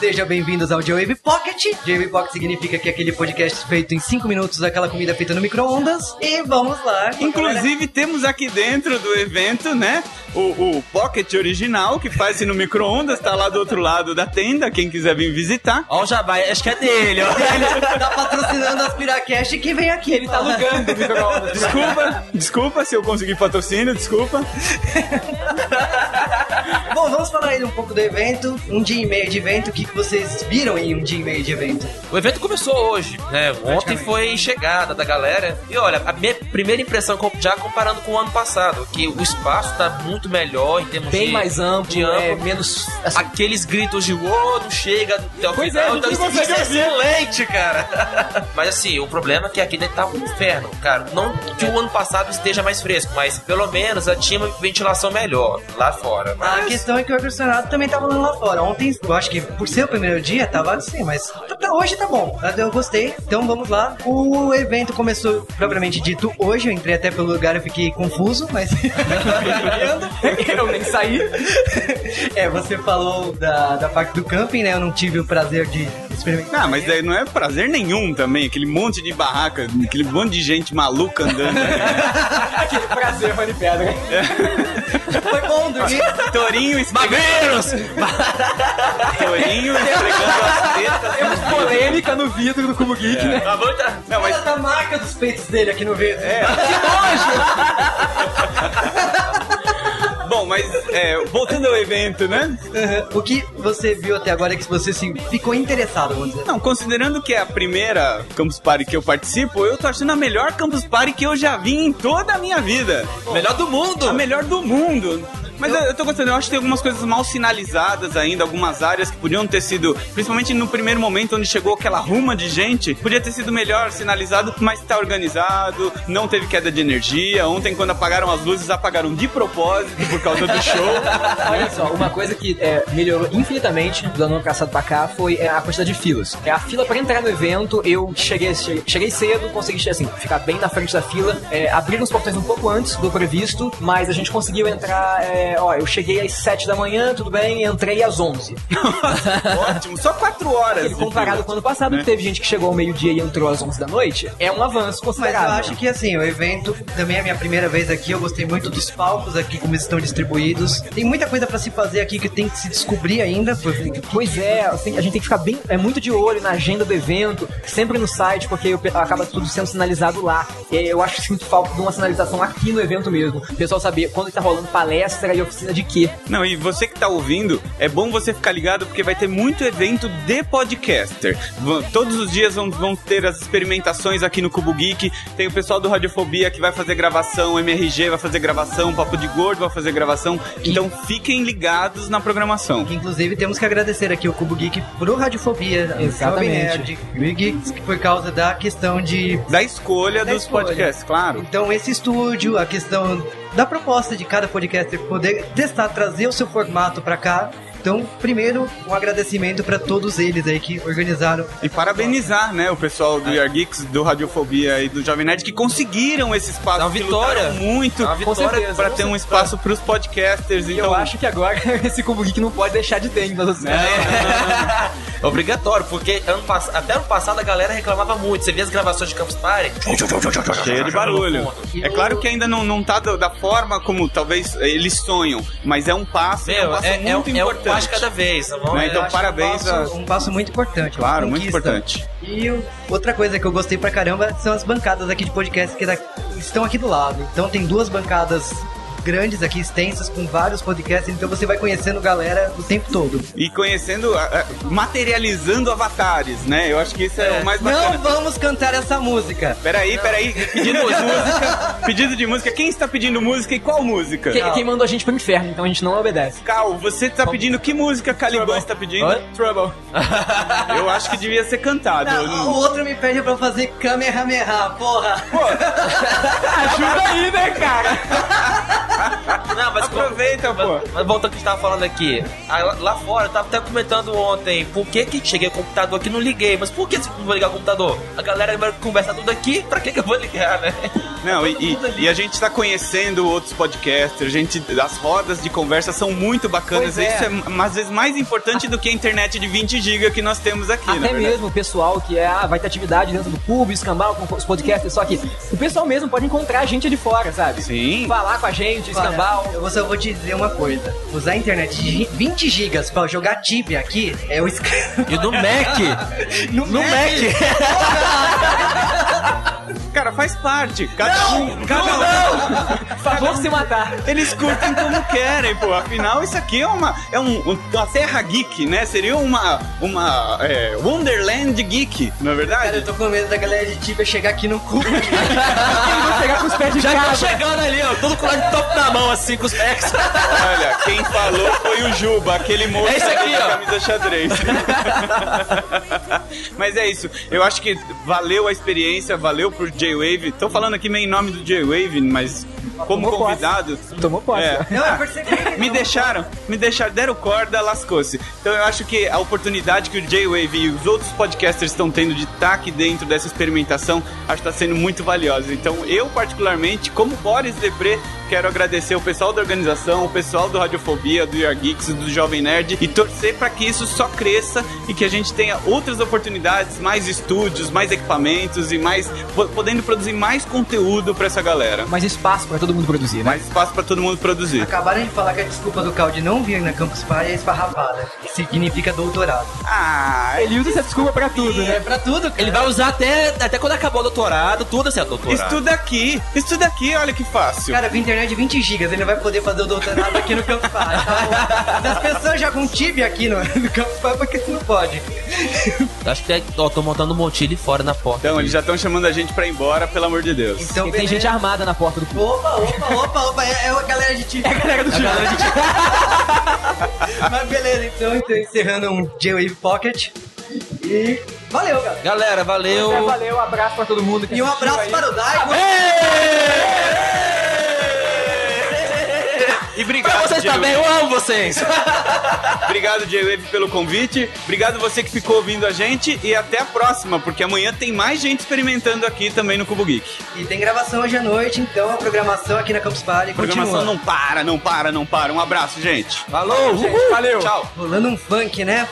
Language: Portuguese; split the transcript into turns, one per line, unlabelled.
Sejam bem-vindos ao J-Wave Pocket. J-Wave Pocket significa que é aquele podcast feito em 5 minutos, aquela comida feita no micro-ondas. E vamos lá. com a galera.
Inclusive, temos aqui dentro do evento, né? O, o Pocket original, que faz no micro-ondas, tá lá do outro lado da tenda, quem quiser vir visitar.
Ó, o Jabai, acho que é dele, ó.
Ele tá patrocinando as Piracast que vem aqui. Ele tá
alugando o micro-ondas. Desculpa, desculpa se eu conseguir patrocínio, desculpa.
Bom, vamos falar aí um pouco do evento. Um dia e meio de evento. O que, que vocês viram em um dia e meio de evento?
O evento começou hoje, né? Ontem
Praticamente.
foi chegada da galera. E olha, a minha primeira impressão, com- já comparando com o ano passado, que o espaço tá muito melhor em termos
Bem
de...
mais amplo,
de amplo.
é, menos. assim,
Aqueles gritos de "Uou, não chega até o
Pois é, a
final.
gente não
isso é
consegue ouvir.
excelente, cara. mas assim, o problema é que aqui dentro tá um inferno, cara. Não que o ano passado esteja mais fresco, mas pelo menos já tinha uma ventilação melhor lá fora. né?
A
Mas...
questão é que o ar-condicionado também tava rolando lá fora. Ontem, eu acho que por ser o primeiro dia, tava assim, mas tá- tá- hoje tá bom. Eu gostei. Então vamos lá. O evento começou propriamente dito hoje. Eu entrei até pelo lugar, eu fiquei confuso, mas.
Ah, eu nem saí.
é, você falou da, da parte do camping, né? Eu não tive o prazer de experimentar.
Ah, mas daí não é prazer nenhum também, aquele monte de barraca, aquele monte de gente maluca andando. né?
Aquele prazer, Rony Pedra.
Foi bom dormir.
Torinho esfregando,
Magreiros!
Torinho esfregando as tetas.
Temos polêmica no vidro do Cubo Geek, né?
Tá bom, tá-
Não, mas
É. Olha a marca dos peitos dele aqui no vidro. É.
Bom, mas é, voltando ao evento, né?
O que você viu até agora é que você assim, ficou interessado, vamos dizer.
Não, considerando que é a primeira Campus Party que eu participo, eu tô achando a melhor Campus Party que eu já vi em toda a minha vida.
Melhor do
A
mundo!
melhor do mundo. Mas eu, eu tô gostando, eu acho que tem algumas coisas mal sinalizadas ainda, algumas áreas que podiam ter sido, principalmente no primeiro momento onde chegou aquela ruma de gente, podia ter sido melhor sinalizado, mas tá organizado, não teve queda de energia. Ontem, quando apagaram as luzes, apagaram de propósito por causa do show.
Olha só, uma coisa que é, melhorou infinitamente do ano passado pra cá foi é, a quantidade de filas. É, a fila pra entrar no evento, eu cheguei, che- cheguei cedo, consegui che- assim, ficar bem na frente da fila. É, abriram os portões um pouco antes do previsto, mas a gente conseguiu entrar. é, ó, eu cheguei às 7 da manhã, tudo bem, entrei às 11.
Ótimo, só quatro horas.
Ele comparado com o ano passado, que teve gente que chegou ao meio-dia e entrou às 11 da noite, é um avanço
Mas eu
considerável.
acho que assim, o evento também é a minha primeira vez aqui. Eu gostei muito dos palcos aqui, como eles estão distribuídos. Tem muita coisa pra se fazer aqui que tem que se descobrir ainda. por-
Pois é, assim, a gente tem que ficar bem, é muito de olho na agenda do evento, sempre no site, porque eu pe- acaba tudo sendo sinalizado lá. E aí eu acho que sinto falta de uma sinalização aqui no evento mesmo. O pessoal saber quando está rolando palestra e oficina de quê.
Não, e você que tá ouvindo, é bom você ficar ligado porque vai ter muito evento de podcaster. V- Todos os dias vão, vão ter as experimentações aqui no Cubo Geek. Tem o pessoal do Radiofobia que vai fazer gravação, o MRG vai fazer gravação, o Papo de Gordo vai fazer gravação. Então fiquem ligados na programação.
Inclusive, temos que agradecer aqui o Cubo Geek pro Radiofobia, a
Exatamente.
Jovem Nerd, e Geeks, que por causa da questão de.
Da escolha
Da
dos
escolha.
podcasts, claro.
Então, esse estúdio, a questão da proposta de cada podcaster poder testar, trazer o seu formato pra cá. Então, primeiro, um agradecimento pra todos eles aí que organizaram
E parabenizar, né, o pessoal do Yar Geeks, do Radiofobia e do Jovem Nerd que conseguiram esse espaço.
É uma
que
vitória.
lutaram muito
É uma vitória
para
com
ter um espaço para os podcasters.
E
então, é. Né?
eu acho que agora esse Cubo Geek não pode deixar de ter então, assim, ainda.
Obrigatório, porque ano pass- até ano passado a galera reclamava muito. Você via as gravações de Campus Party?
Cheia de barulho. É claro que ainda não, não tá do- da forma como talvez eh, eles sonham, mas é um passo, é um
Meu,
passo
é, é,
muito
é, um
importante.
passo cada vez, tá bom?
Né,
É,
então,
acho-
parabéns.
um
a-
passo, um passo muito importante. uma
Claro, muito
conquista.
importante.
E o- outra coisa que eu gostei pra caramba são as bancadas aqui de podcast que da- estão aqui do lado. Então tem duas bancadas grandes aqui, extensas, com vários podcasts, então você vai conhecendo galera o tempo todo.
E conhecendo, ah, ah, materializando avatares, né? Eu acho que isso é, o mais bacana.
Não vamos cantar essa música.
Peraí, peraí. Pedido de música. Pedido de música. Quem está pedindo música e qual música?
Quem, quem mandou a gente pro inferno, então a gente não obedece.
Cal, você está pedindo que música Caliban está pedindo?
Oi?
Trouble. Eu acho que devia ser cantado.
Ah,
Eu não-
o outro me pede pra fazer Kamehameha, porra.
Pô,
Ajuda aí, né, cara?
Não, mas
Aproveita,
mas-
pô.
Mas voltando ao que a gente tava falando aqui. Ah, lá- Lá fora, eu tava até comentando ontem. Por que que cheguei ao computador aqui e não liguei? Mas por que não vou ligar o computador? A galera vai conversar tudo aqui. Pra que que eu vou ligar, né?
Não, e, e- e a gente tá conhecendo outros podcasters, a gente, as rodas de conversa são muito bacanas.
Pois é.
Isso é m- às vezes mais importante do que a internet de 20 GB que nós temos aqui, na
Até
verdade.
mesmo o pessoal que é, ah, vai ter atividade dentro do cubo, escambau, com os podcasters, só que o pessoal mesmo pode encontrar a gente de fora, sabe?
Sim.
Falar com a gente, escambau.
Eu só vou te dizer uma coisa. Usar a internet de 20 gigas pra jogar Tibia aqui é o escândalo.
E no Mac?
No, Mac.
Cara, faz parte. Cada um. Cada um.
Favor se matar.
Eles curtem como querem, pô. Afinal, isso aqui é uma. É um, um- uma terra geek, né? Seria uma. Uma. é, Wonderland geek, não é
Cara,
verdade?
eu tô com medo da galera de Tibia chegar aqui no cubo.
Vou pegar com os pés de
Já
cabra.
tá chegando ali, ó. Todo com o de top na mão, assim, com os ex.
Olha, quem falou foi o Juba, aquele moço
É isso aqui,
da
ó.
camisa xadrez. Mas é isso. Eu acho que valeu a experiência, valeu pro J-Wave. Tô falando aqui meio em nome do J-Wave, mas como
Tomou posse.
convidado.
Tomou posse.
É.
Não, eu percebi.
Me
Não.
deixaram, me deixaram, deram corda, lascou-se. Então eu acho que a oportunidade que o J-Wave e os outros podcasters estão tendo de estar aqui dentro dessa experimentação, acho que está sendo muito valiosa. Então eu, particularmente, como Boris Depré, quero agradecer o pessoal da organização, o pessoal do Radiofobia, do Your Geeks, do Jovem Nerd e torcer para que isso só cresça e que a gente tenha outras oportunidades, mais estúdios, mais equipamentos e mais. po- podendo produzir mais conteúdo para essa galera.
Mais espaço pra todo mundo produzir, né?
Mais espaço para todo mundo produzir.
Acabaram de falar que a desculpa do Cal de não vir na Campus Party é esfarrapada. Que significa doutorado.
Ah,
Ele usa essa desculpa pra tudo, né?
pra tudo,
Ele vai usar até, até quando acabar o doutorado, tudo assim, ó, doutorado.
Estuda aqui, estuda aqui, olha que fácil.
Cara, com internet de 20 gigas, ele não vai poder fazer o doutorado aqui no Campus Party. Tá bom? As pessoas jogam Tibia aqui no, no Campus Party porque você não pode.
Acho que, é- ó, tô montando um montilho fora na porta.
Então, eles já estão chamando a gente pra ir embora, pelo amor de Deus.
Então,
E tem
beleza.
gente armada na porta do cubo.
Opa, opa, opa, opa, é, é a galera de Tibia.
Galera do time.
Mas beleza, então estou encerrando um J-Wave Pocket. E valeu, galera.
Galera, valeu.
É, Valeu, abraço pra todo mundo. que
E um
assistiu
abraço
aí.
para o Daigo.
E
Pra
obrigado,
vocês
J-Wave.
também, eu amo vocês.
Obrigado, J-Wave, pelo convite. Obrigado você que ficou ouvindo a gente. E até a próxima, porque amanhã tem mais gente experimentando aqui também no Cubo Geek.
E tem gravação hoje à noite, então a programação aqui na Campus Party
A programação
continua.
não para, não para, não para. Um abraço, gente.
Falou,
Valeu. Tchau.
Rolando um funk, né?